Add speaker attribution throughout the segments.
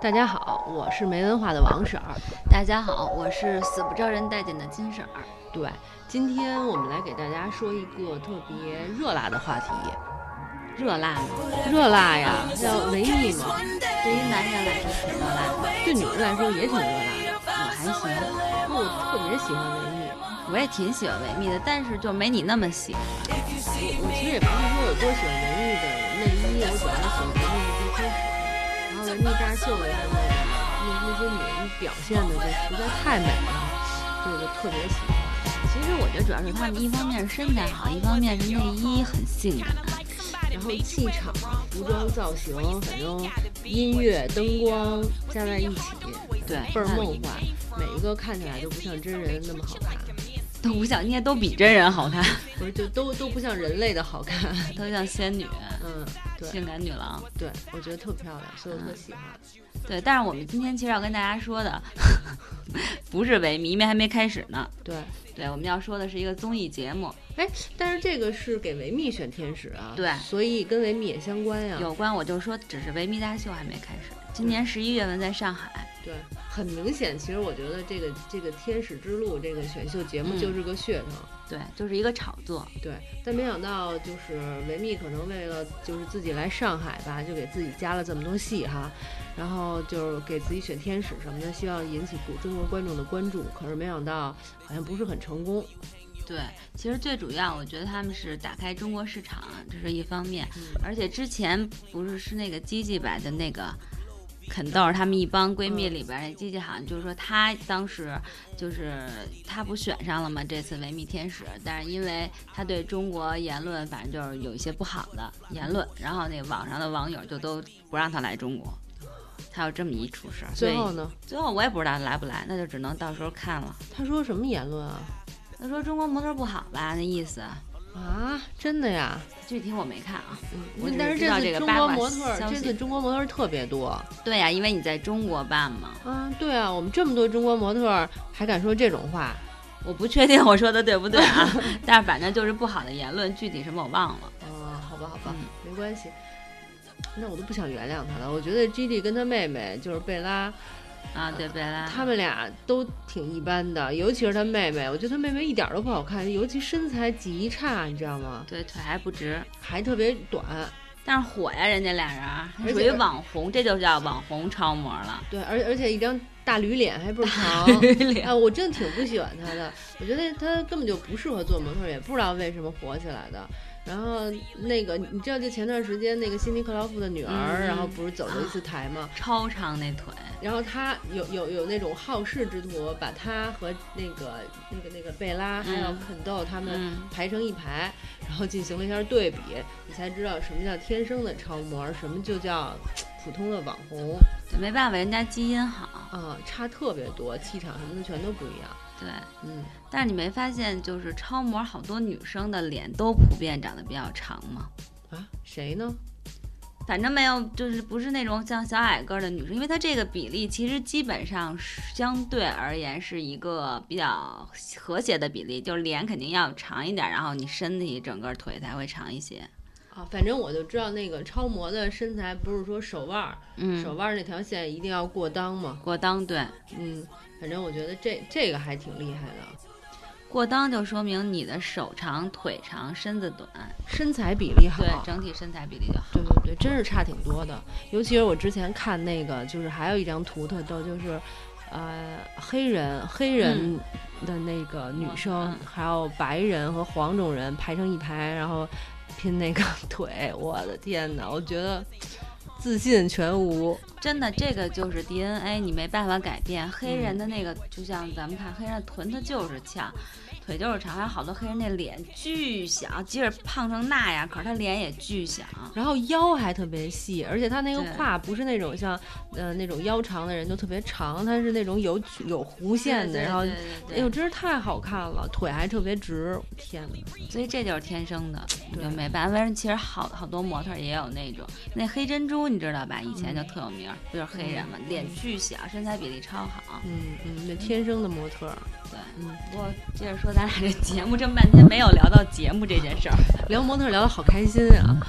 Speaker 1: 大家好，我是没文化的王婶儿。
Speaker 2: 大家好，我是死不招人待见的金婶儿。
Speaker 1: 对，今天我们来给大家说一个特别热辣的话题，
Speaker 2: 热辣呢，
Speaker 1: 热辣呀，叫文艺嘛，
Speaker 2: 对于男人来说挺热辣的，
Speaker 1: 对女人来说也挺热辣
Speaker 2: 我还行，
Speaker 1: 的。我特别喜欢文艺，
Speaker 2: 我也挺喜欢维密的，但是就没你那么喜欢。
Speaker 1: 我我其实也不是说有多喜欢文艺的内衣，我主要是喜欢文艺的低跟鞋，然后文艺大秀什么的，那那些女人表现的就实在太美了，所以我就特别喜欢。
Speaker 2: 其实我觉得主要是他们一方面是身材好，一方面是内衣很性感。
Speaker 1: 然后气场、服装造型，反正音乐、灯光加在一起，
Speaker 2: 对
Speaker 1: 倍儿梦幻。每一个看起来都不像真人那么好看，
Speaker 2: 都不像，捏都比真人好看，
Speaker 1: 不是就都都不像人类的好看。
Speaker 2: 都像仙女、
Speaker 1: 嗯，对
Speaker 2: 性感女郎。
Speaker 1: 对，我觉得特漂亮，所以我特喜欢。
Speaker 2: 对，但是我们今天其实要跟大家说的， 不是维密，因为还没开始呢。
Speaker 1: 对，
Speaker 2: 对，我们要说的是一个综艺节目，
Speaker 1: 哎，但是这个是给维密选天使啊，
Speaker 2: 对
Speaker 1: 所以跟维密也相关呀。
Speaker 2: 有关我就说只是维密大秀还没开始，今年十一月份在上海。
Speaker 1: 对，很明显，其实我觉得这个这个天使之路这个选秀节目
Speaker 2: 嗯
Speaker 1: 就是个噱头。
Speaker 2: 对，就是一个炒作。
Speaker 1: 对，但没想到就是维密可能为了就是自己来上海吧，就给自己加了这么多戏哈，然后就是给自己选天使什么的，希望引起古中国观众的关注。可是没想到好像不是很成功。
Speaker 2: 对，其实最主要，我觉得他们是打开中国市场，这是一方面。嗯而且之前不是是那个基基版的那个肯豆儿，她们一帮闺蜜
Speaker 1: 嗯
Speaker 2: 里边儿，那基基好像就是说她当时就是她不选上了嘛，这次维密天使，但是因为她对中国言论，反正就是有一些不好的言论，然后那网上的网友就都不让她来中国。她有这么一出事儿，所
Speaker 1: 最
Speaker 2: 以
Speaker 1: 后呢，
Speaker 2: 最后我也不知道来不来，那就只能到时候看了。
Speaker 1: 他说什么言论啊？
Speaker 2: 他说中国模特儿不好吧，那意思，
Speaker 1: 啊，真的呀？
Speaker 2: 具体我没看啊。我
Speaker 1: 嗯
Speaker 2: 只
Speaker 1: 但是
Speaker 2: 知道
Speaker 1: 这
Speaker 2: 这个
Speaker 1: 次中
Speaker 2: 八
Speaker 1: 国
Speaker 2: 卦
Speaker 1: 模特儿，
Speaker 2: 消
Speaker 1: 这
Speaker 2: 息啊
Speaker 1: 次中国模特儿特别多。
Speaker 2: 对呀、因为你在中国办嘛，
Speaker 1: 嗯，对啊，我们这么多中国模特儿还敢说这种话？
Speaker 2: 我不确定我说的对不对 啊，但是反正就是不好的言论，具体什么我忘了。
Speaker 1: 哦，好吧，好吧，
Speaker 2: 嗯
Speaker 1: 没关系。那我都不想原谅他了。我觉得 G D 跟他妹妹就是贝拉，
Speaker 2: 啊，对贝拉，
Speaker 1: 他们俩都挺一般的，尤其是他妹妹，我觉得他妹妹一点都不好看，尤其身材极差，你知道吗？
Speaker 2: 对腿还不直，
Speaker 1: 还特别短。
Speaker 2: 但是火呀，人家俩人儿
Speaker 1: 而且
Speaker 2: 属于网红，这就叫网红超模 了。哦
Speaker 1: 对，而而且一张大驴脸还倍儿长。 哎，我真的挺不喜欢他的，我觉得他根本就不适合做模特儿，也不知道为什么火起来的。然后那个，你知道，就前段时间那个辛迪克劳夫的女儿，
Speaker 2: 嗯
Speaker 1: 然后不是走了一次台吗？
Speaker 2: 超长那腿，
Speaker 1: 然后他有有有那种好事之徒，把他和那个那个那个贝拉还有
Speaker 2: 嗯
Speaker 1: 肯豆他们
Speaker 2: 嗯，
Speaker 1: 排成一排，然后进行了一下对比，你才知道什么叫天生的超模，而什么就叫普通的网红
Speaker 2: 对没办法，人家基因好，
Speaker 1: 啊、差特别多，气场什么的全都不一样。
Speaker 2: 对。
Speaker 1: 嗯，
Speaker 2: 但是你没发现，就是超模好多女生的脸都普遍长得比较长吗？
Speaker 1: 啊，谁呢？
Speaker 2: 反正没有，就是不是那种像小矮个儿的女生，因为她这个比例其实基本上是相对而言是一个比较和谐的比例，就是脸肯定要长一点，然后你身体整个腿才会长一些。
Speaker 1: 啊，反正我就知道那个超模的身材，不是说手腕儿、手
Speaker 2: 嗯，
Speaker 1: 腕儿那条线一定要过裆嘛。
Speaker 2: 过裆对，
Speaker 1: 嗯，反正我觉得这这个还挺厉害的，
Speaker 2: 过裆就说明你的手长、腿长、身子短，
Speaker 1: 身材比例好。
Speaker 2: 对，整体身材比例就好。
Speaker 1: 对对对，真是差挺多的。尤其是我之前看那个，就是还有一张图特逗，就是，呃，黑人黑人的那个女生，
Speaker 2: 嗯
Speaker 1: 还有白人和黄种人排成一排，然后拼那个腿，我的天哪，我觉得自信全无。
Speaker 2: 真的，这个就是 DNA，你没办法改变。黑人的那个，就像咱们看黑人的臀，它就是翘，腿就是长，还有好多黑人那脸巨小，即使胖成那样，可是他脸也巨小。
Speaker 1: 然后腰还特别细，而且他那个
Speaker 2: 对
Speaker 1: 胯不是那种像，呃，那种腰长的人就特别长，他是那种有有弧线的，
Speaker 2: 对
Speaker 1: 然后。
Speaker 2: 对对
Speaker 1: 哎呦，真是太好看了，腿还特别直，天哪！
Speaker 2: 所以这就是天生的，你
Speaker 1: 对
Speaker 2: 就没办法。但是其实好好多模特也有那种，那黑珍珠你知道吧？以前就特有名，不就是黑人嘛，脸巨小，身材比例超好。
Speaker 1: 嗯嗯，那天生的模特儿，
Speaker 2: 对，
Speaker 1: 嗯，
Speaker 2: 不过接着说咱俩这节目，这么半天没有聊到节目这件事儿。
Speaker 1: 聊模特儿聊得好开心
Speaker 2: 嗯
Speaker 1: 啊！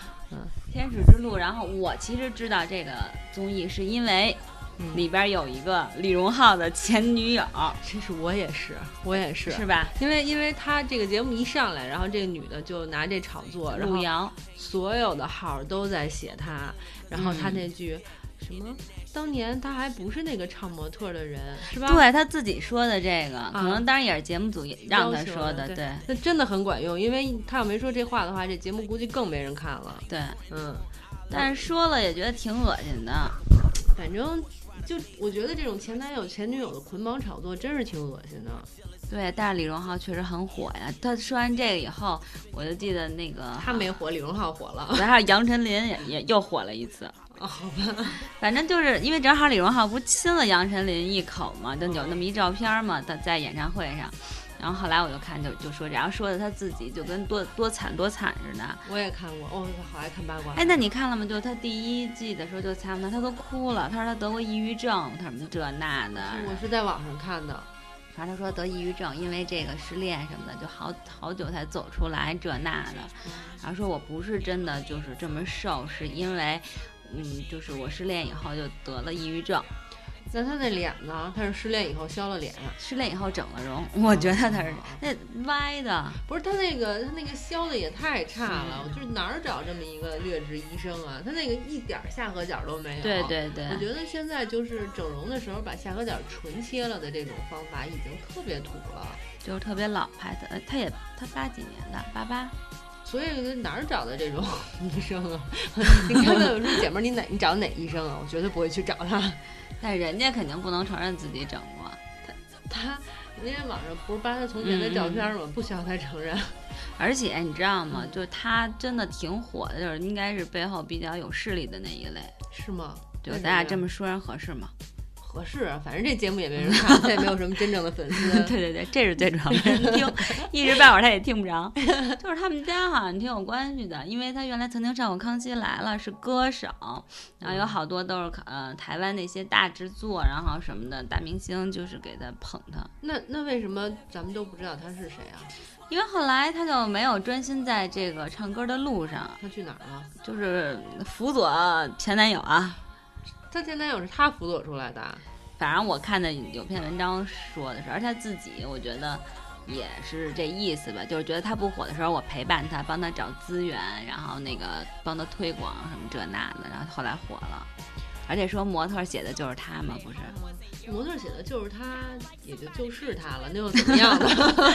Speaker 2: 天使之路，然后我其实知道这个综艺是因为
Speaker 1: 嗯
Speaker 2: 里边有一个李荣浩的前女友，
Speaker 1: 真是我也是，我也是，
Speaker 2: 是吧？
Speaker 1: 因为因为他这个节目一上来，然后这个女的就拿这炒作，然后
Speaker 2: 路遥，
Speaker 1: 所有的号都在写他，然后他
Speaker 2: 嗯
Speaker 1: 那句、什么，当年他还不是那个唱模特的人，是吧？，
Speaker 2: 对他自己说的这个，可能当然也是节目组让他
Speaker 1: 要求
Speaker 2: 说
Speaker 1: 啊的对
Speaker 2: 的，对
Speaker 1: 那真的很管用，因为他要没说这话的话，这节目估计更没人看了。
Speaker 2: 对。
Speaker 1: 嗯，
Speaker 2: 但是说了也觉得挺恶心的，
Speaker 1: 反正就我觉得这种前男友前女友的捆绑炒作真是挺恶心的。
Speaker 2: 对。但是李荣浩确实很火呀，他说完这个以后，我就记得那个
Speaker 1: 他没火，李荣浩火了。
Speaker 2: 然后杨丞琳也也又火了一次。
Speaker 1: 哦好吧，
Speaker 2: 反正就是因为正好李荣浩不亲了杨丞琳一口嘛，就有那么一照片嘛，在在演唱会上。然后后来我就看就就说这，然后说的他自己就跟多多惨多惨似的。
Speaker 1: 我也看过，哦，好爱看八卦。
Speaker 2: 哎，那你看了吗？就是他第一季的时候就采访他，他都哭了。他说他得过抑郁症，他什么这那的。
Speaker 1: 哎我是在网上看的。
Speaker 2: 反正他说得抑郁症，因为这个失恋什么的，就好好久才走出来这那的。然后说我不是真的就是这么瘦，是因为，嗯，就是我失恋以后就得了抑郁症，
Speaker 1: 那他那脸呢？他是失恋以后削了脸，
Speaker 2: 失恋以后整了
Speaker 1: 哦
Speaker 2: 容。我觉得他是那歪的，
Speaker 1: 不是他那个他那个削的也太差了，
Speaker 2: 嗯
Speaker 1: 我就是哪儿找这么一个劣质医生啊？他那个一点儿下颌角都没有。
Speaker 2: 对。对
Speaker 1: 我
Speaker 2: 对
Speaker 1: 觉得现在就是整容的时候把下颌角纯切了的这种方法已经特别土了，
Speaker 2: 就是特别老派的。呃他也他八几年的，八八。
Speaker 1: 所以哪儿找的这种医生 啊？你看问我说姐们儿，你哪你找哪医生啊？我绝对不会去找他。
Speaker 2: 但人家肯定不能承认自己整过。
Speaker 1: 他人家网上不是扒他从前的照片
Speaker 2: 嗯
Speaker 1: 吗？不需要他承认。
Speaker 2: 而且你知道
Speaker 1: 嗯
Speaker 2: 吗？就是他真的挺火的，就是应该是背后比较有势力的那一类。
Speaker 1: 是吗？
Speaker 2: 就
Speaker 1: 为什
Speaker 2: 咱俩
Speaker 1: 呀
Speaker 2: 这么说人合适吗？
Speaker 1: 合适啊，反正这节目也没人看，他也没有什么真正的粉丝。
Speaker 2: 对对对，这是最主要，没人听，一时半会儿他也听不着。就是他们家好像挺有关系的，因为他原来曾经上过《康熙来了》，是歌手，然后有好多都是呃台湾那些大制作，然后什么的大明星就是给他捧他。
Speaker 1: 那那为什么咱们都不知道他是谁啊？
Speaker 2: 因为后来他就没有专心在这个唱歌的路上，
Speaker 1: 他去哪儿了？
Speaker 2: 就是辅佐前男友啊。
Speaker 1: 他前男友是他辅佐出来的啊，
Speaker 2: 反正我看的有篇文章说的是，而且他自己我觉得也是这意思吧，就是觉得他不火的时候，我陪伴他，帮他找资源，然后那个帮他推广什么这那的，然后后来火了。而且说模特写的就是他嘛，不是？
Speaker 1: 模特写的就是他，也就就是他了，那又怎么样呢？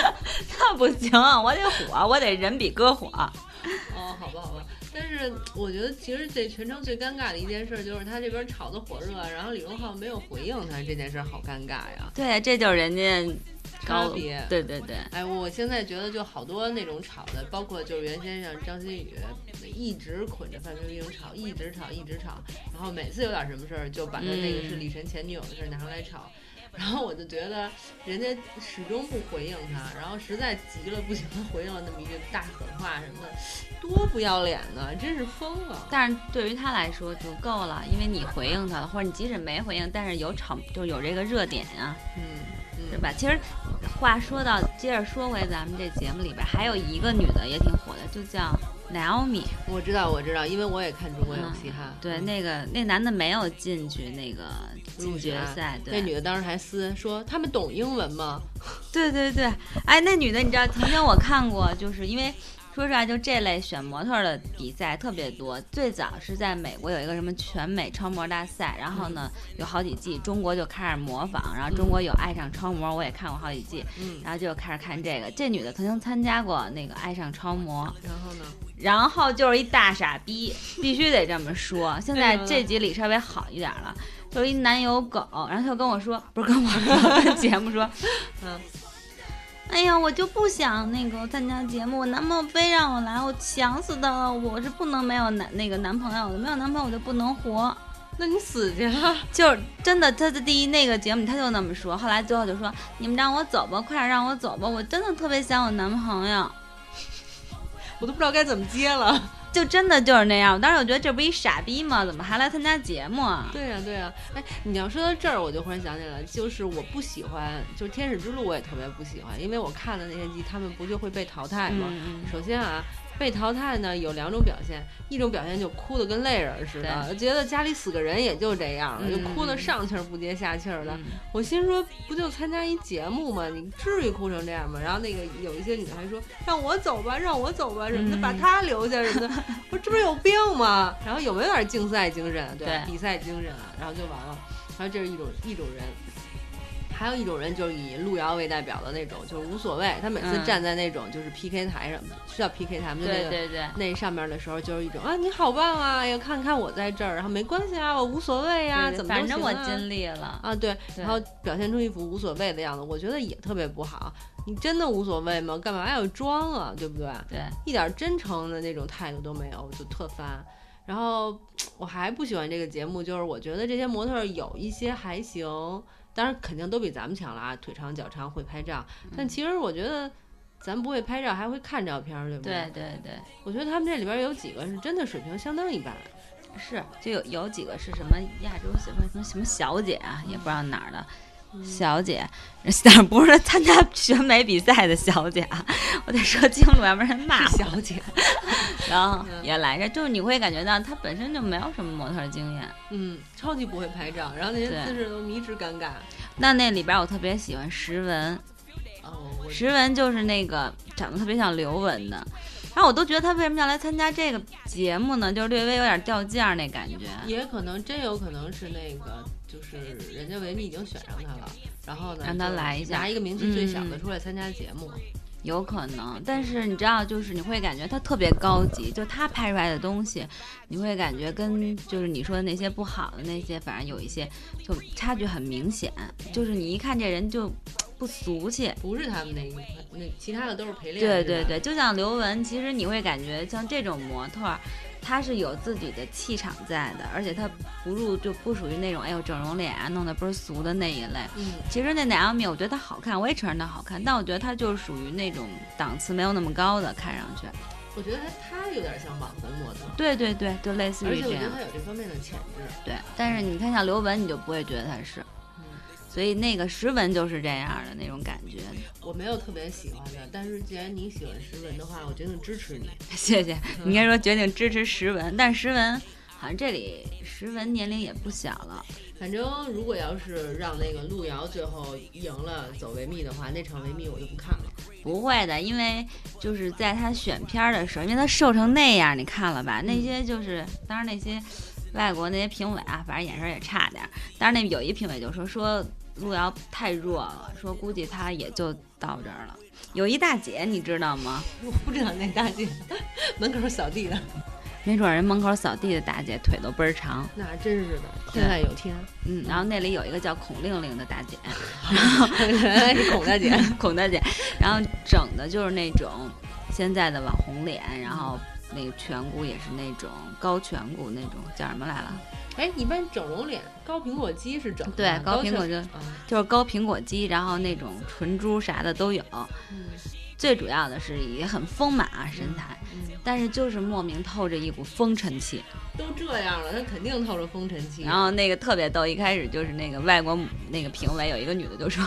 Speaker 2: 那不行，我得火，我得人比歌火。
Speaker 1: 哦，好吧，好吧。但是我觉得其实这全程最尴尬的一件事就是他这边炒得火热，然后李荣浩没有回应他，这件事好尴尬呀。
Speaker 2: 对，这就是人家
Speaker 1: 差
Speaker 2: 高
Speaker 1: 别。
Speaker 2: 对对对，
Speaker 1: 哎，我现在觉得就好多那种吵的，包括就是原先像张馨予一直捆着范冰冰吵，一直吵，一直吵，然后每次有点什么事儿就把她那个是
Speaker 2: 嗯
Speaker 1: 李晨前女友的事儿拿出来吵，然后我就觉得人家始终不回应他，然后实在急了不行，他回应了那么一句大狠话什么的，多不要脸呢，真是疯了。
Speaker 2: 但是对于他来说足够了，因为你回应他了，或者你即使没回应，但是有炒，就是有这个热点啊呀、
Speaker 1: 嗯
Speaker 2: 是
Speaker 1: 嗯，
Speaker 2: 吧？其实话说到，接着说回咱们这节目里边，还有一个女的也挺火的，就叫 Naomi。
Speaker 1: 我知道我知道，因为我也看《中国有嘻哈》
Speaker 2: 对，
Speaker 1: 嗯
Speaker 2: 那个那男的没有进去那个进决赛，
Speaker 1: 那
Speaker 2: 对
Speaker 1: 女的当时还撕说他们懂英文吗？
Speaker 2: 对对对。哎，那女的你知道，曾经我看过，就是因为。说实话，就这类选模特儿的比赛特别多。最早是在美国有一个什么全美超模大赛，然后呢
Speaker 1: 嗯
Speaker 2: 有好几季，中国就开始模仿，然后中国有爱上超模，我也看过好几季，
Speaker 1: 嗯，
Speaker 2: 然后就开始看这个。这女的曾经参加过那个爱上超模，
Speaker 1: 然后呢？
Speaker 2: 然后就是一大傻逼，必须得这么说。现在
Speaker 1: 为什么呢
Speaker 2: 这集里稍微好一点了，就是一男友狗，然后他就跟我说，不是跟我说，跟节目说，
Speaker 1: 嗯，
Speaker 2: 哎呀，我就不想那个参加节目，我男朋友非让我来，我想死他了，我是不能没有男那个男朋友的，没有男朋友我就不能活。
Speaker 1: 那你死去啊！
Speaker 2: 就是真的，他的第一那个节目他就那么说，后来最后就说你们让我走吧，快点让我走吧，我真的特别想我男朋友。
Speaker 1: 我都不知道该怎么接了。
Speaker 2: 就真的就是那样。我当时我觉得这不一傻逼吗？怎么还来参加节目啊？
Speaker 1: 对呀、对呀、哎，你要说到这儿，我就忽然想起来，就是我不喜欢，就是《天使之路》，我也特别不喜欢，因为我看的那些集，他们不就会被淘汰吗？
Speaker 2: 嗯，
Speaker 1: 首先啊，被淘汰呢有两种表现，一种表现就哭得跟泪人似的，觉得家里死个人也就这样了，
Speaker 2: 嗯
Speaker 1: 就哭得上气儿不接下气儿的。
Speaker 2: 嗯
Speaker 1: 我心说，不就参加一节目吗？你至于哭成这样吗？然后那个有一些女的还说，让我走吧，让我走吧什么的，
Speaker 2: 嗯
Speaker 1: 把她留下什么的。 我说这不是有病吗？然后有没有点竞赛精神啊？对吧，
Speaker 2: 对
Speaker 1: 比赛精神啊，然后就完了。然后这是一种一种人。还有一种人就是以路遥为代表的那种，就是无所谓。他每次
Speaker 2: 嗯
Speaker 1: 站在那种就是 PK 台上，是叫 PK 台吗？就那
Speaker 2: 对
Speaker 1: 个
Speaker 2: 对对，
Speaker 1: 那上面的时候，就是一种啊，你好棒啊！哎呀，看看我在这儿，然后没关系啊，我无所谓啊，
Speaker 2: 对
Speaker 1: 怎么都
Speaker 2: 反正
Speaker 1: 行
Speaker 2: 我
Speaker 1: 啊
Speaker 2: 尽力了。
Speaker 1: 啊，对，
Speaker 2: 对
Speaker 1: 然后表现出一副无所谓的样子，我觉得也特别不好。你真的无所谓吗？干嘛要装啊？对不对？
Speaker 2: 对，
Speaker 1: 一点真诚的那种态度都没有，就特烦。然后我还不喜欢这个节目，就是我觉得这些模特儿有一些还行，当然肯定都比咱们强了啊，腿长脚长会拍照。但其实我觉得咱不会拍照，还会看照片儿，对不
Speaker 2: 对对对。
Speaker 1: 我觉得他们这里边有几个是真的水平相当一般。
Speaker 2: 是，就有有几个是什么亚洲什么什么什么小姐啊，也不知道哪儿的、小姐， 但是不是参加选美比赛的小姐啊，我得说清楚，要不然人骂我。
Speaker 1: 小姐，
Speaker 2: 然后
Speaker 1: 嗯
Speaker 2: 也来着，就是你会感觉到她本身就没有什么模特经验。
Speaker 1: 嗯，超级不会拍照，然后那些
Speaker 2: 对
Speaker 1: 姿势都迷之尴尬。
Speaker 2: 那那里边我特别喜欢石文，
Speaker 1: 哦，我
Speaker 2: 石文就是那个长得特别像刘雯的，然后我都觉得她为什么要来参加这个节目呢？就是略微有点掉价儿那感觉。
Speaker 1: 也可能真有可能是那个，就是人家维密已经选上他了，然后呢
Speaker 2: 让他
Speaker 1: 就
Speaker 2: 来一下
Speaker 1: 拿一个名气最小的
Speaker 2: 嗯
Speaker 1: 出来参加节目。
Speaker 2: 有可能，但是你知道，就是你会感觉它特别高级，就他拍出来的东西，你会感觉跟就是你说的那些不好的那些，反正有一些就差距很明显，就是你一看这人就不俗气。
Speaker 1: 不是他们那一块那其他的都是陪练。
Speaker 2: 对对
Speaker 1: 是吧
Speaker 2: 对，，就像刘雯，其实你会感觉像这种模特儿，她是有自己的气场在的，而且她不入就不属于那种哎呦整容脸啊弄得倍儿俗的那一类。
Speaker 1: 嗯，
Speaker 2: 其实那 Naomi 我觉得她好看，我也承认她好看，但我觉得她就是属于那种档次没有那么高的，看上去。
Speaker 1: 我觉得他他有点像网红模特，
Speaker 2: 对对对，就类似
Speaker 1: 而
Speaker 2: 于
Speaker 1: 且
Speaker 2: 这
Speaker 1: 我觉
Speaker 2: 样
Speaker 1: 得。他有这方面的潜质。
Speaker 2: 对，但是你看像刘雯，你就不会觉得她是，
Speaker 1: 嗯，
Speaker 2: 所以那个石雯就是这样的那种感觉。
Speaker 1: 我没有特别喜欢的，但是既然你喜欢石文的话，我决定支持你。
Speaker 2: 谢谢，你应该说决定支持石雯，但石雯好像这里石雯年龄也不小了。
Speaker 1: 反正如果要是让那个路遥最后赢了走维密的话，那场维密我就不看了。
Speaker 2: 不会的，因为就是在她选片儿的时候，因为她瘦成那样，你看了吧？那些就是，当然那些外国那些评委啊，反正眼神也差点儿。但是那有一评委就说说路遥太弱了，说估计她也就到这儿了。有一大姐，你知道吗？
Speaker 1: 我不知道那大姐 门口扫地的，
Speaker 2: 没准儿人门口扫地的大姐腿都倍儿长，
Speaker 1: 那真是的，
Speaker 2: 对
Speaker 1: 天外有天。
Speaker 2: 嗯，然后那里有一个叫孔令令的大姐，
Speaker 1: 原来 是孔大姐。
Speaker 2: 孔大姐，然后整的就是那种现在的网红脸，然后那个颧骨也是那种高颧骨那种叫什么来了？
Speaker 1: 哎，一般整容脸高苹果肌是整的
Speaker 2: 对
Speaker 1: 吧，
Speaker 2: 高苹果
Speaker 1: 效
Speaker 2: 就
Speaker 1: 啊，
Speaker 2: 就是高苹果肌，然后那种唇珠啥的都有，
Speaker 1: 嗯
Speaker 2: 最主要的是也很丰满啊身材，
Speaker 1: 嗯，
Speaker 2: 但是就是莫名透着一股风尘气。
Speaker 1: 都这样了，她肯定透着风尘气。
Speaker 2: 然后那个特别逗，一开始就是那个外国那个评委有一个女的就说，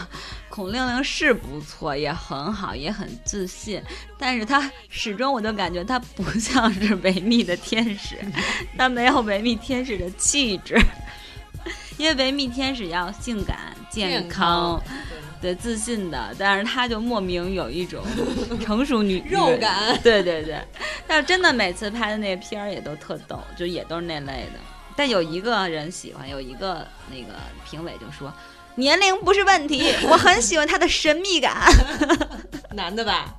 Speaker 2: 孔令令是不错，也很好，也很自信，但是她始终我就感觉她不像是维密的天使，她没有维密天使的气质， 因为维密天使要性感、
Speaker 1: 健
Speaker 2: 康
Speaker 1: 康，对
Speaker 2: 对自信的，但是她就莫名有一 种成熟女
Speaker 1: 肉感，
Speaker 2: 女 对对对。但是真的每次拍的那片儿也都特逗，就也都是那类的。但有一个人喜欢，有一个那个评委就说。年龄不是问 题，我很喜欢她的神秘感，
Speaker 1: 男的吧，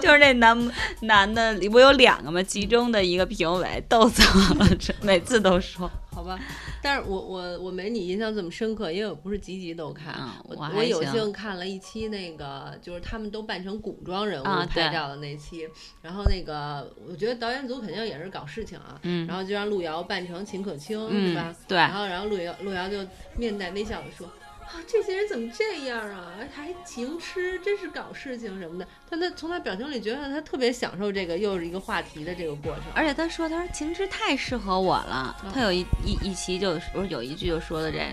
Speaker 2: 就是那男男的，我有两个嘛，其中的一个评委逗死我了，这每次都说
Speaker 1: 好吧。但是我我我没你印象这么深刻，因为我不是集集都看。
Speaker 2: 啊，
Speaker 1: 我
Speaker 2: 还
Speaker 1: 我有
Speaker 2: 行
Speaker 1: 幸看了一期那个，就是他们都扮成古装人物
Speaker 2: 啊对
Speaker 1: 拍照的那期，然后那个我觉得导演组肯定也是搞事情啊，
Speaker 2: 嗯
Speaker 1: 然后就让路遥扮成秦可卿、是吧
Speaker 2: 嗯？，对，
Speaker 1: 然后然后路遥路遥就面带微笑的说：“啊，这些人怎么这样啊？还情痴，真是搞事情什么的。他那从他表情里觉得他特别享受这个，又是一个话题的这个过程。
Speaker 2: 而且他说，他说情痴太适合我了。
Speaker 1: 嗯
Speaker 2: 他有一一一期就不是有一句就说的这个，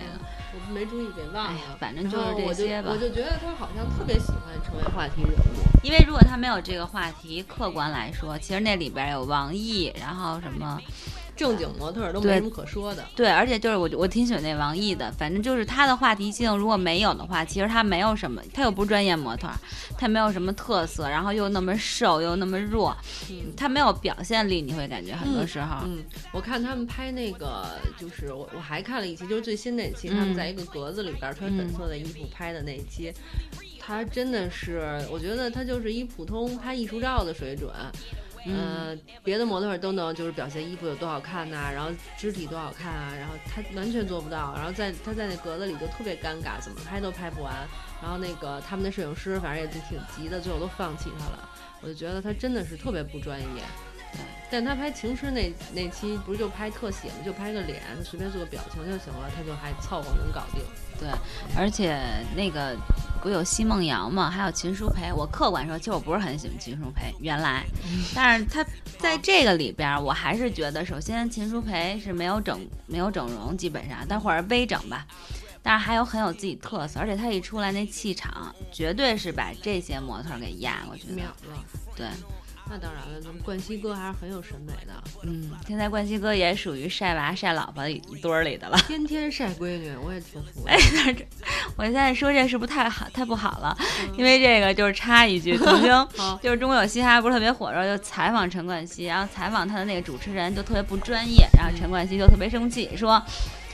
Speaker 1: 我没注意，给忘
Speaker 2: 哎
Speaker 1: 了。
Speaker 2: 呀，反正就是这些吧
Speaker 1: 我。就觉得他好像特别喜欢成为话题人物。
Speaker 2: 因为如果他没有这个话题，客观来说，其实那里边有王毅，然后什么
Speaker 1: 正经模特儿都没什么可说的，
Speaker 2: 对，而且就是我我挺喜欢那王毅的，反正就是他的话题性如果没有的话，其实他没有什么，他又不是专业模特儿，他没有什么特色，然后又那么瘦又那么弱，
Speaker 1: 嗯
Speaker 2: 他没有表现力，你会感觉很多时候，
Speaker 1: 嗯，我看他们拍那个，就是我我还看了一期，就是最新的一期，他们
Speaker 2: 嗯
Speaker 1: 在一个格子里边儿穿粉色的衣服拍的那一期，他真的是，我觉得他就是一普通拍艺术照的水准。
Speaker 2: 嗯
Speaker 1: 呃，别的模特儿都能就是表现衣服有多好看呐、然后肢体多好看啊，然后他完全做不到，然后在他在那格子里就特别尴尬，怎么拍都拍不完。然后那个他们的摄影师反正也就挺急的，最后都放弃他了。我就觉得他真的是特别不专业。
Speaker 2: 对，
Speaker 1: 但他拍情诗那那期不是就拍特写吗？就拍个脸，随便做个表情就行了，他就还凑合能搞定。
Speaker 2: 而且那个不有奚梦瑶嘛，还有秦舒培，我客观说，其实我不是很喜欢秦舒培，原来，但是他在这个里边儿，我还是觉得，首先秦舒培是没有整没有整容，基本上，但或者微整吧。但是还有很有自己特色，而且他一出来那气场，绝对是把这些模特儿给压过去的
Speaker 1: 秒。了，
Speaker 2: 对，
Speaker 1: 那当然了，咱们冠希哥还是很有审美的，
Speaker 2: 嗯，现在冠希哥也属于晒娃晒老婆的一堆儿里的了。
Speaker 1: 天天晒闺女，我也挺服的。
Speaker 2: 我现在说这是不是太好太不好了？
Speaker 1: 嗯
Speaker 2: 因为这个就是插一句，曾经
Speaker 1: 好
Speaker 2: 就是中国有嘻哈不是特别火的时候，就采访陈冠希，然后采访他的那个主持人就特别不专业，然后陈冠希就特别生气，说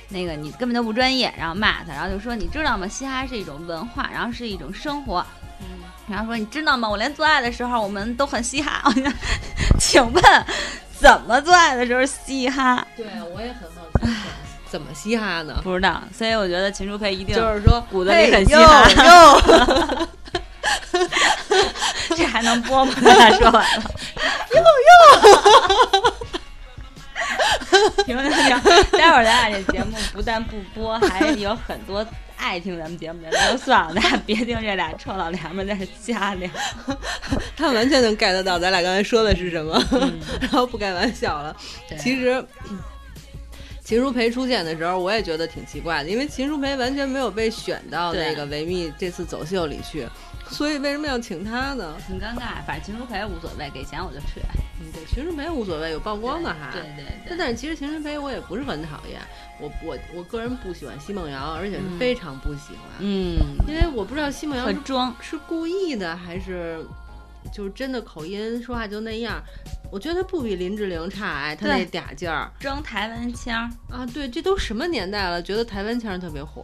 Speaker 2: 那个你根本就不专业，然后骂他，然后就说你知道吗？嘻哈是一种文化，然后是一种生活，
Speaker 1: 嗯
Speaker 2: 然后说你知道吗？我连做爱的时候我们都很嘻哈， 我就请问怎么做爱的时候嘻哈？
Speaker 1: 对，我也很好奇，怎么嘻哈呢？
Speaker 2: 不知道，所以我觉得秦舒培一定
Speaker 1: 就是说
Speaker 2: 骨子里很嘻哈
Speaker 1: 哈。哟，
Speaker 2: 这还能播吗？咱俩说完了。哟哟！停停停！待会儿咱俩这节目不但不播，还有很多爱听咱们节目的人都算了，咱俩别听这俩臭老娘们在这瞎聊。
Speaker 1: 他完全能 get 到咱俩刚才说的是什么，
Speaker 2: 嗯
Speaker 1: 然后不开玩笑了。
Speaker 2: 对
Speaker 1: 其实。秦舒培出现的时候，我也觉得挺奇怪的，因为秦舒培完全没有被选到
Speaker 2: 对
Speaker 1: 那个维密这次走秀里去，所以为什么要请他呢？
Speaker 2: 挺尴尬，反正秦舒培无所谓，给钱我就去。
Speaker 1: 嗯，对，秦舒培无所谓，有曝光呢还。
Speaker 2: 对对
Speaker 1: 但
Speaker 2: 对，
Speaker 1: 但是其实秦舒培我也不是很讨厌，我我我个人不喜欢奚梦瑶，而且是
Speaker 2: 嗯
Speaker 1: 非常不喜欢，
Speaker 2: 嗯，
Speaker 1: 因为我不知道奚梦瑶
Speaker 2: 特
Speaker 1: 是
Speaker 2: 装。
Speaker 1: 是故意的还是就是真的口音说话就那样儿？我觉得他不比林志玲差，哎，他那
Speaker 2: 对
Speaker 1: 嗲劲儿
Speaker 2: 装台湾腔
Speaker 1: 啊，对，这都什么年代了，觉得台湾腔儿特别火，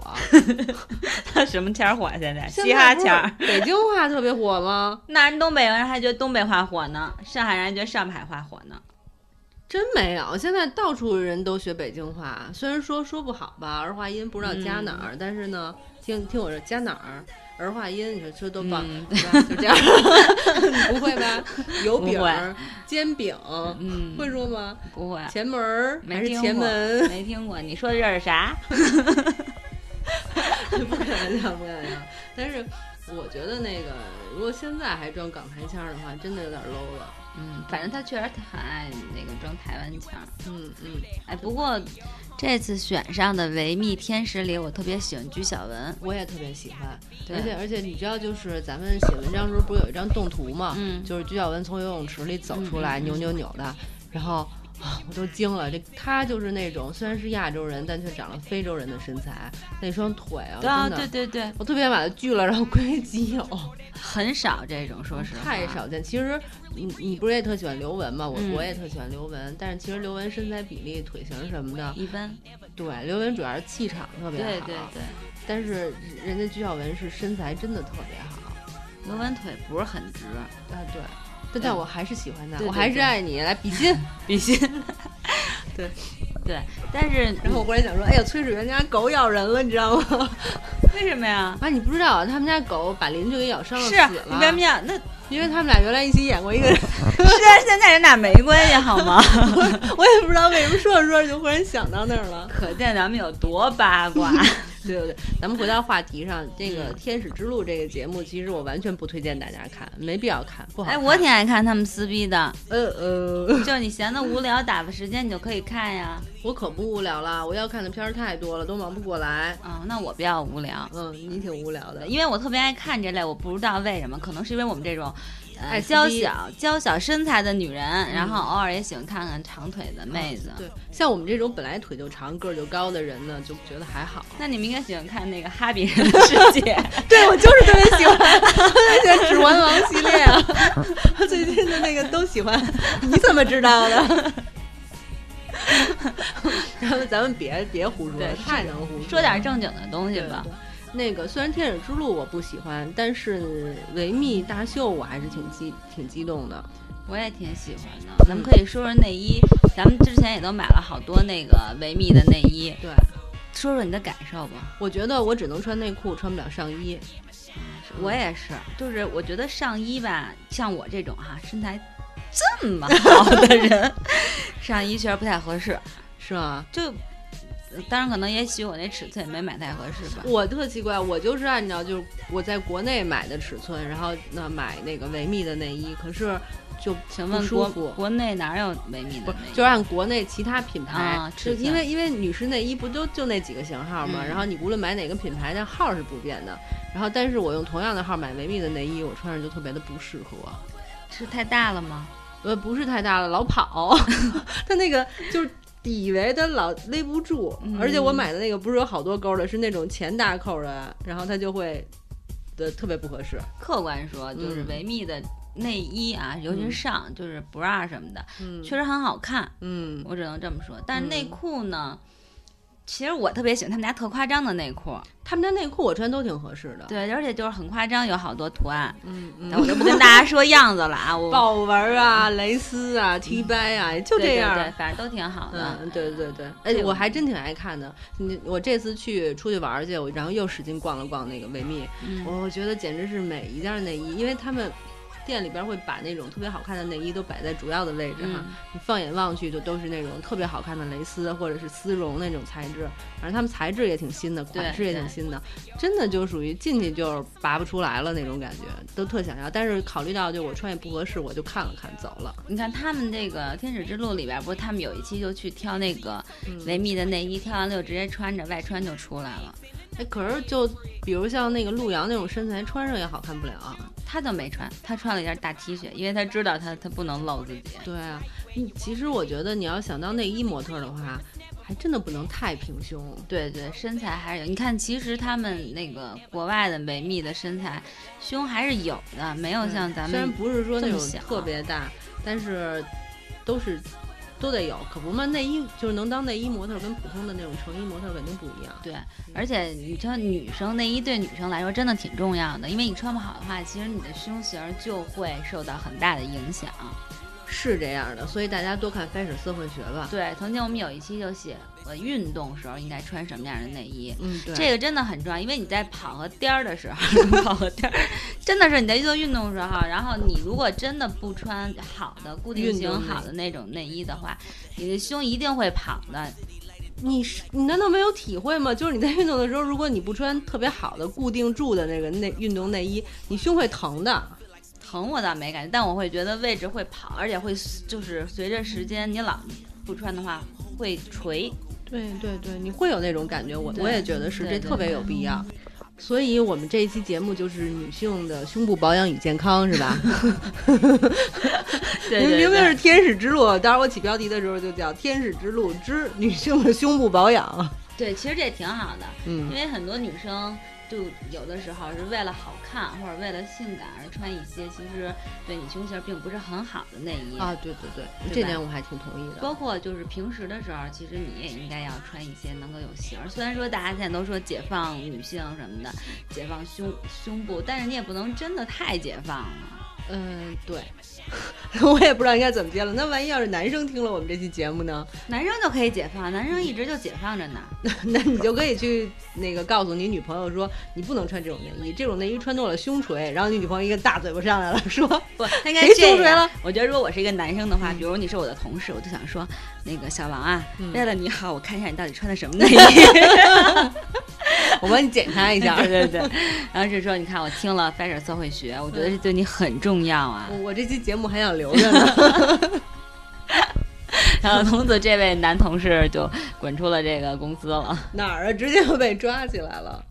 Speaker 2: 儿，什么腔儿火？现在
Speaker 1: 现
Speaker 2: 嘻
Speaker 1: 在
Speaker 2: 哈
Speaker 1: 不是
Speaker 2: 腔儿。
Speaker 1: 北京话特别火吗？
Speaker 2: 那人东北人还觉得东北话火呢，上海人还觉得上海话火呢。
Speaker 1: 真没有，现在到处人都学北京话，虽然说说不好吧，儿化音不知道加哪
Speaker 2: 嗯
Speaker 1: 儿，但是呢，听听我这加哪儿，儿化音，你说这多棒，
Speaker 2: 嗯
Speaker 1: 是吧？就这样，你 不会吧？油饼儿、煎饼，
Speaker 2: 嗯，
Speaker 1: 会说吗？
Speaker 2: 不会？
Speaker 1: 前门儿
Speaker 2: 没
Speaker 1: 还是
Speaker 2: 听
Speaker 1: 前
Speaker 2: 过
Speaker 1: 门？
Speaker 2: 没听过，你说的这是啥？
Speaker 1: 不敢当，不敢当。但是我觉得那个，如果现在还装港台腔儿的话，真的有点 low 了。
Speaker 2: 嗯，反正他确实很爱那个装台湾腔儿。
Speaker 1: 嗯嗯，
Speaker 2: 哎，不过这次选上的维密天使里，我特别喜欢鞠晓雯。
Speaker 1: 我也特别喜欢，
Speaker 2: 对
Speaker 1: 而且而且你知道，就是咱们写文章时候不是有一张动图嘛，
Speaker 2: 嗯
Speaker 1: 就是鞠晓雯从游泳池里走出来，
Speaker 2: 嗯嗯嗯
Speaker 1: 扭扭扭的，然后。啊，我都惊了！这她就是那种虽然是亚洲人，但却长了非洲人的身材，那双腿啊，
Speaker 2: 对啊，
Speaker 1: 真的
Speaker 2: 对对对，
Speaker 1: 我特别想把它锯了，然后归为己有。
Speaker 2: 很少这种，说实话，
Speaker 1: 太。少见。其实你你不是也特喜欢刘雯吗？我、
Speaker 2: 嗯
Speaker 1: 我也特喜欢刘雯，但是其实刘雯身材比例、腿型什么的，
Speaker 2: 一般，
Speaker 1: 对刘雯主要是气场特别好，
Speaker 2: 对对对，
Speaker 1: 但是人家鞠晓雯是身材真的特别好
Speaker 2: 刘雯腿不是很直，
Speaker 1: 啊，对。但但我还是喜欢她，
Speaker 2: 对对
Speaker 1: 我还是
Speaker 2: 对
Speaker 1: 爱你，来比心。。
Speaker 2: 比心
Speaker 1: 对
Speaker 2: 对，但是
Speaker 1: 然后我过来想说，哎呀，崔始源家狗咬人了，你知道吗？
Speaker 2: 为什么 呀？
Speaker 1: 啊，你不知道啊，他们家狗把邻居给咬伤了，
Speaker 2: 是
Speaker 1: 死
Speaker 2: 你为什么
Speaker 1: 了。
Speaker 2: 要？那是
Speaker 1: 因为他们俩原来一起演过一个，
Speaker 2: 现在人俩没关系好吗？
Speaker 1: 我也不知道为什么说着说着就忽然想到那儿了。
Speaker 2: 可见咱们有多八卦。
Speaker 1: 对对对，咱们回到话题上，这个《天使之路》这个节目，其实我完全不推荐大家看，没必要看，不好
Speaker 2: 哎，
Speaker 1: 看。
Speaker 2: 我挺爱看他们撕逼的，
Speaker 1: 呃呃，
Speaker 2: 就是你闲的无聊打发时间，你就可以看呀。
Speaker 1: 我可不无聊了，我要看的片儿太多了，都忙不过来。
Speaker 2: 嗯，那我比较无聊，
Speaker 1: 嗯，你挺无聊的。
Speaker 2: 因为我特别爱看这类，我不知道为什么，可能是因为我们这种。呃，
Speaker 1: 爱撕
Speaker 2: 娇
Speaker 1: 逼嗯
Speaker 2: 小娇小身材的女人，然后偶尔也喜欢看看长腿的妹子。
Speaker 1: 对，像我们这种本来腿就长、个儿就高的人呢，就觉得还好。
Speaker 2: 那你们应该喜欢看那个《哈比人的世 界》，
Speaker 1: 对，我就是特别喜 欢，特别喜欢《指环王》系列啊， 最近的那个都喜欢。你怎么知道的？ 咱们咱们别别胡说了
Speaker 2: 对，
Speaker 1: 太能胡
Speaker 2: 说点
Speaker 1: 了
Speaker 2: 正经的东西吧
Speaker 1: 对。对那个虽然《天使之路》我不喜欢，但是维密大秀我还是挺激挺激动的。
Speaker 2: 我也挺喜欢的。咱们可以说说内衣，咱们之前也都买了好多那个维密的内衣，
Speaker 1: 对，
Speaker 2: 说说你的感受吧。
Speaker 1: 我觉得我只能穿内裤，穿不了上衣。
Speaker 2: 我也是，就是我觉得上衣吧，像我这种哈、身材这么好的 人，上衣确实不太合适。
Speaker 1: 是吗？
Speaker 2: 就当然可能也许我那尺寸也没买太合适吧。
Speaker 1: 我特奇怪，我就是按照就是我在国内买的尺寸，然后那买那个维密的内衣，可是就
Speaker 2: 请
Speaker 1: 不
Speaker 2: 问
Speaker 1: 舒
Speaker 2: 国
Speaker 1: 服
Speaker 2: 国内哪有维密
Speaker 1: 不
Speaker 2: 的
Speaker 1: 是
Speaker 2: 内衣？
Speaker 1: 就是按国内其他品牌，
Speaker 2: 啊
Speaker 1: 就
Speaker 2: 尺寸
Speaker 1: 因为因为女士内衣不都就那几个型号嘛，
Speaker 2: 嗯
Speaker 1: 然后你无论买哪个品牌，那号是不变的。然后，但是我用同样的号买维密的内衣，我穿上就特别的不适合。
Speaker 2: 是太大了吗？
Speaker 1: 呃，不是太大了，老 跑，它那个就是底围它老勒不住，
Speaker 2: 嗯
Speaker 1: 而且我买的那个不是有好多钩儿的，是那种前大扣儿的，然后它就会的特别不合适。
Speaker 2: 客观说，就是
Speaker 1: 嗯
Speaker 2: 维密的内衣啊，尤其是
Speaker 1: 嗯
Speaker 2: 上就是 bra 什么的，
Speaker 1: 嗯，
Speaker 2: 确实很好看，
Speaker 1: 嗯，
Speaker 2: 我只能这么说。但是
Speaker 1: 嗯
Speaker 2: 内裤呢，其实我特别喜欢他们家特夸张的内裤，
Speaker 1: 他们家内裤我穿都挺合适的。
Speaker 2: 对，而且就是很夸张，有好多图案，
Speaker 1: 嗯
Speaker 2: 但我就不跟大家说样子了 啊，我
Speaker 1: 豹纹啊，蕾丝啊，T 掰啊，就
Speaker 2: 对
Speaker 1: 这样。
Speaker 2: 对对，反正都挺好的。
Speaker 1: 嗯，对对对，
Speaker 2: 对
Speaker 1: 哎，我还真挺爱看的。你我这次去出去玩儿去，我然后又使劲逛了逛那个维密，
Speaker 2: 嗯
Speaker 1: 我觉得简直是每一件内衣，因为他们店里边会把那种特别好看的内衣都摆在主要的位置哈，
Speaker 2: 嗯
Speaker 1: 你放眼望去就都是那种特别好看的蕾丝或者是丝绒那种材质，反正他们材质也挺新的，
Speaker 2: 对
Speaker 1: 款式也
Speaker 2: 对
Speaker 1: 挺新的，真的就属于进去就是拔不出来了那种感觉，都特想要，但是考虑到就我穿也不合适，我就看了看走了。
Speaker 2: 你看他们这个《天使之路》里边，不是他们有一期就去挑那个
Speaker 1: 嗯
Speaker 2: 维密的内衣，挑完了就直接穿着外穿就出来了，
Speaker 1: 哎，可是就比如像那个陆阳那种身材，穿上也好看不了啊。
Speaker 2: 他就没穿，他穿了一件大 T 恤，因为他知道他他不能露自己。
Speaker 1: 对啊，嗯其实我觉得你要想当内衣模特儿的话，还真的不能太平胸。
Speaker 2: 对对，身材还是有。你看，其实他们那个国外的维密的身材，胸还是有的，没有
Speaker 1: 对
Speaker 2: 像
Speaker 1: 嗯
Speaker 2: 咱
Speaker 1: 虽然
Speaker 2: 们。
Speaker 1: 不是说那
Speaker 2: 这么啊
Speaker 1: 种
Speaker 2: 小
Speaker 1: 特别大，但是都是都得有，可不嘛。内衣就是能当内衣模特儿，跟普通的那种成衣模特儿肯定不一样。
Speaker 2: 对，而且你知道，女生内衣对女生来说真的挺重要的，因为你穿不好的话，其实你的胸型就会受到很大的影响。
Speaker 1: 是这样的，所以大家多看《开始社会学》吧。
Speaker 2: 对，曾经我们有一期就写过运动时候应该穿什么样的内衣，
Speaker 1: 嗯，对。
Speaker 2: 这个真的很重要，因为你在跑和颠儿的时候， 跑和颠儿，真的是你在做运动的时候，然后你如果真的不穿好的固定
Speaker 1: 运
Speaker 2: 型
Speaker 1: 动内
Speaker 2: 好的那种内衣的话，你的胸一定会跑的。
Speaker 1: 你是你难道没有体会吗？就是你在运动的时候，如果你不穿特别好的固定住的那个内运动内衣，你胸会疼的。
Speaker 2: 疼我倒没感觉，但我会觉得位置会跑，而且会就是随着时间你老不穿的话会 垂。
Speaker 1: 对对对，你会有那种感觉，我
Speaker 2: 对
Speaker 1: 我也觉得是，
Speaker 2: 对
Speaker 1: 这
Speaker 2: 对
Speaker 1: 特别有必要。所以我们这一期节目就是女性的胸部保养与健康，是吧？
Speaker 2: 对对对，
Speaker 1: 明明是天使之路，当时我起标题的时候就叫“天使之路之女性的胸部保养
Speaker 2: 对，其实这也挺好的。”。因
Speaker 1: 嗯，
Speaker 2: 为很多女生就有的时候是为了好看或者为了性感而穿一些其实对你胸型并不是很好的内衣。
Speaker 1: 啊，对对对，
Speaker 2: 吧
Speaker 1: 这点我还挺同意的。
Speaker 2: 包括就是平时的时候，其实你也应该要穿一些能够有型儿。虽然说大家现在都说解放女性什么的，解放胸胸部，但是你也不能真的太解放了。
Speaker 1: 嗯，对， 我也不知道应该怎么接了。那万一要是男生听了我们这期节目呢？
Speaker 2: 男生就可以解放，男生一直就解放着呢。
Speaker 1: 那你就可以去那个告诉你女朋友说，你不能穿这种内衣，这种内衣穿多了胸垂。然后你女朋友一个大嘴巴上来了，说
Speaker 2: 不，他应该
Speaker 1: 谁
Speaker 2: 这
Speaker 1: 胸垂
Speaker 2: 样
Speaker 1: 了。
Speaker 2: 我觉得如果我是一个男生的话，
Speaker 1: 嗯
Speaker 2: 比如你是我的同事，我就想说，那个小王啊，
Speaker 1: 嗯
Speaker 2: 为了你好，我看一下你到底穿的什么内衣。
Speaker 1: 我帮你检查一 下。
Speaker 2: 对对对，然后是说，你看我听了 Fashion 社会学，我
Speaker 1: 嗯
Speaker 2: 觉得这对你很重要啊
Speaker 1: 我。我这期节目还想留着呢。
Speaker 2: 然后从此这位男同事就滚出了这个公司了。
Speaker 1: 哪儿啊？直接就被抓起来了。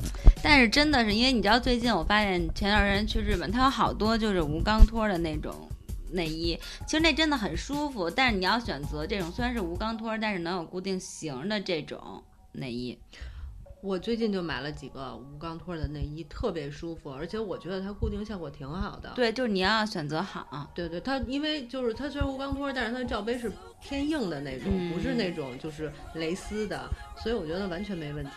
Speaker 2: 但是真的是因为你知道，最近我发现前段时间去日本，它有好多就是无钢托的那种内衣，其实那真的很舒服。但是你要选择这种虽然是无钢托，但是能有固定型的这种内衣，
Speaker 1: 我最近就买了几个无钢托的内衣，特别舒服，而且我觉得它固定效果挺好的。
Speaker 2: 对，就是你要选择好。
Speaker 1: 对对，它因为就是它虽然无钢托，但是它的罩杯是偏硬的那种，
Speaker 2: 嗯
Speaker 1: 不是那种就是蕾丝的，所以我觉得完全没问题。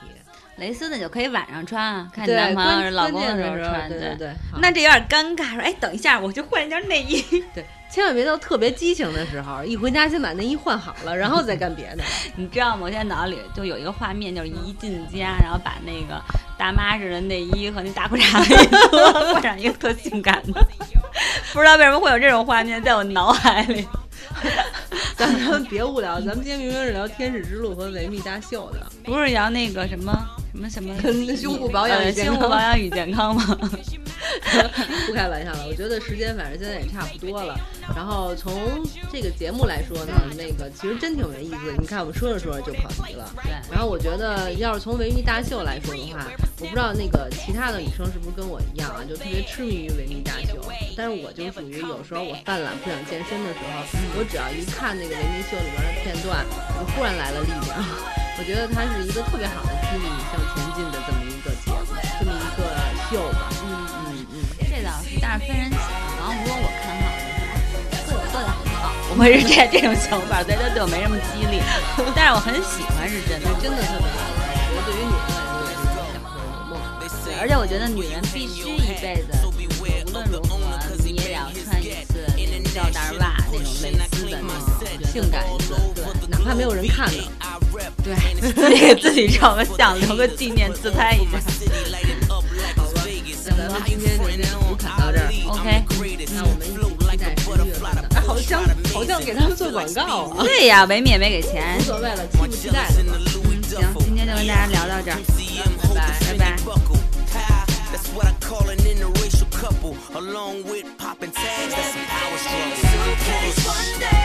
Speaker 2: 蕾丝的就可以晚上穿啊，看你
Speaker 1: 对
Speaker 2: 男朋友
Speaker 1: 关
Speaker 2: 或者老公
Speaker 1: 关键
Speaker 2: 时候
Speaker 1: 时
Speaker 2: 穿。
Speaker 1: 对对对，好
Speaker 2: 那这有点尴尬，说哎，等一下，我去换一件内衣。
Speaker 1: 千万别到特别激情的时候，一回家先把内衣换好了，然后再干别的。
Speaker 2: 你知道吗？我现在脑里就有一个画面，就是一进家，然后把那个大妈似的内衣和那大裤衩给 脱，换上一个特性感的。不知道为什么会有这种画面在我脑海里。
Speaker 1: 咱们别无聊，咱们今天明明是聊天使之路和维密大秀的。
Speaker 2: 不是聊那个什么什 么什么
Speaker 1: 跟胸部保养与
Speaker 2: 呃
Speaker 1: 健
Speaker 2: 胸
Speaker 1: 康
Speaker 2: 部保养与健 康吗？
Speaker 1: 不开玩笑了，我觉得时间反正现在也差不多了。然后从这个节目来说呢，那个其实真挺没意思的。你看我们说着说着就跑题了。
Speaker 2: 对，
Speaker 1: 然后我觉得，要是从维密大秀来说的话，我不知道那个其他的女生是不是跟我一样啊，就特别痴迷于维密大秀。但是我就属于有时候我犯懒不想健身的时候， 我只要一看那个维密秀里边的片段，我就忽然来了力量。我觉得它是一个特别好的激励你向前进的这么一个节目，这么一个秀吧。
Speaker 2: 嗯，
Speaker 1: 嗯嗯。
Speaker 2: 这倒是，但是分人喜好。如果我看好的话，各有各的好。我会是这这种想法，对他对我没什么激励，但是我很喜欢，是真的。
Speaker 1: 真的特别好，我觉得对于女人来说也是一个享受的梦。
Speaker 2: 对，嗯而且我觉得女人必须一辈子，无论如何你也得要穿一次那种吊带袜那种蕾丝的那种，
Speaker 1: 性感一次，对，哪怕没有人看呢。
Speaker 2: 对， 自己给自己照 个相，留个纪念，自拍 一下。
Speaker 1: 那咱们今天就先胡侃到这儿，
Speaker 2: OK，
Speaker 1: 那我们一起期待十一月份的。哎，好像好像给他们做广告啊，
Speaker 2: 对呀，维密也没给钱
Speaker 1: 无。所谓了，期不期待的吧，
Speaker 2: 嗯，行，今天就跟大家聊到这儿，
Speaker 1: 拜拜。
Speaker 2: 拜拜。
Speaker 3: buckle. Ha, that's what I call an interracial couple, along with popping tags. That's an hour struggle.
Speaker 4: suitcase one day.